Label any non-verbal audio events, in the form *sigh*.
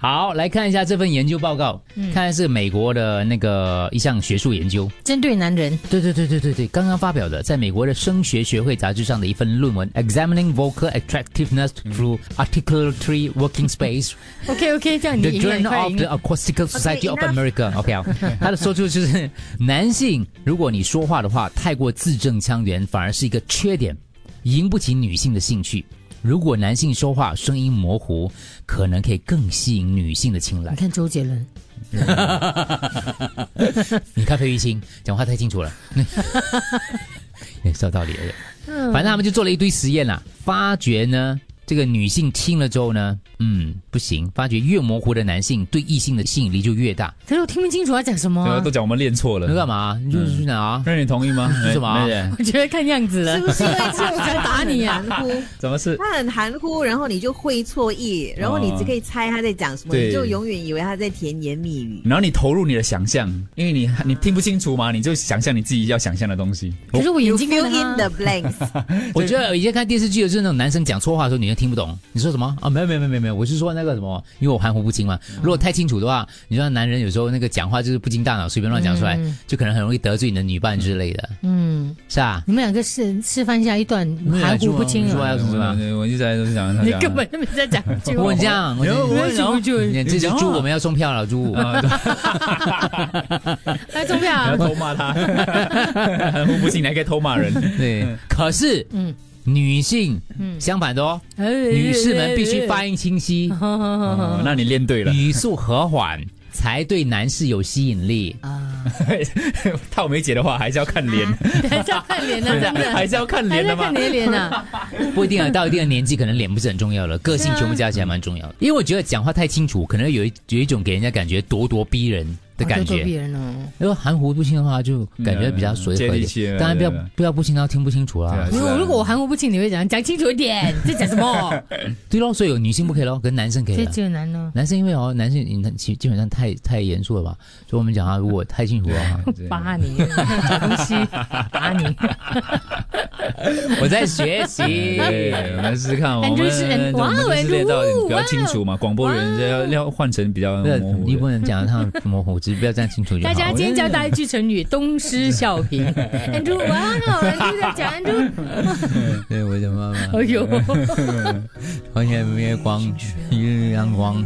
好，来看一下这份研究报告，看是美国的那个一项学术研究，针对男人，对对对对对对，刚刚发表的，在美国的声学学会杂志上的一份论文《Examining Vocal Attractiveness Through Articulatory Working *laughs* Space OK OK，这样你 The 赢了，你 Journal 快 of 赢 the 了。 Acoustical Society of enough. America。OK 啊， *laughs* 它的说出就是男性，如果你说话的话太过字正腔圆，反而是一个缺点，赢不起女性的兴趣。如果男性说话声音模糊，可能可以更吸引女性的青睐你。看周杰伦，你看费玉清讲话太清 *laughs* 楚了，也是有道理的。嗯反正他们就做了一堆实验啦，发觉呢，这个女性听了之后呢，嗯，不行，发觉越模糊的男性对异性的吸引力就越大。可是我听不清楚他讲什么、对，啊都，讲我们练错了能。干嘛？你就是去哪嗯啊？那你同意吗？是什么啊梅姐我觉得看样子了是。不是因为这种才打你啊含糊？怎么是？他很含糊，然后你就会错意，然后你只可以猜他在讲什么，对你就永远以为他在甜言蜜语。然后你投入你的想象，因为你你听不清楚嘛，你就想象你自己要想象的东西。可是我眼 You 睛看 fill 着 in 他 the，blanks，我觉得以前看电视剧的时候，那种男生讲错话的时候，女生听不懂。你说什么啊？没有没有没有没有没有，我是说那个什么，因为我含糊不清嗯嘛。如果太清楚的话，你知道男人有时候那个讲话就是不经大脑，随便乱讲出来，就可能很容易得罪你的女伴之类的，嗯，是吧？你们两个示示范一下一段含糊不清你说啊，啊我什么我我一直在都是想他你讲根本就没啊在讲这 *laughs* 我这个。样，我这样有我有就你这是猪，我们要送票了，猪。啊，对来，钟你要票，偷骂他， *laughs* 我不信你还可以偷骂人。对，可是，嗯嗯，女性，嗯相反的哦，女士们必须发音清晰，哦那你练对了， *laughs* 语速和缓，才对男士有吸引力。啊，套梅姐的话还是要看脸， *laughs* 还是要看脸呢，真的， *laughs* 还是要看还脸在的看嘛你。的脸呢。不一定啊，到一定的年纪，可能脸不是很重要 *laughs* 啊了，个性全部加起来蛮重要的。因为我觉得讲话太清楚，可能有一有一种给人家感觉咄咄逼人 *laughs* 的感咄咄逼觉。人哦。如果含糊不清的话，就感觉比较随和嗯一接地气点。了当然不要对对对不要不清到听不清楚啦如对。是果啊如果我含糊不清，你会讲讲清楚一点，在讲什 *laughs* 么？对咯，所以有女性不可以咯，跟男生可以这了。只有男的。男生因为哦，男生你看基基本上太太严肃了吧，所以我们讲啊，如果太清楚了啊，扒 *laughs* 你，假东西，扒你。我在学习。对，哎我们试试看，我们 Andrew 是人我们就是练到比较清楚嘛。广播人要要换成比较不要模糊你的不。能讲得他模糊，只是不要这样清楚就大好。家今天教大家一句成语“东施效颦”。Andrew，哇，好人就在讲 Andrew，对我的妈妈，哎呦，好像没有光，一日阳光，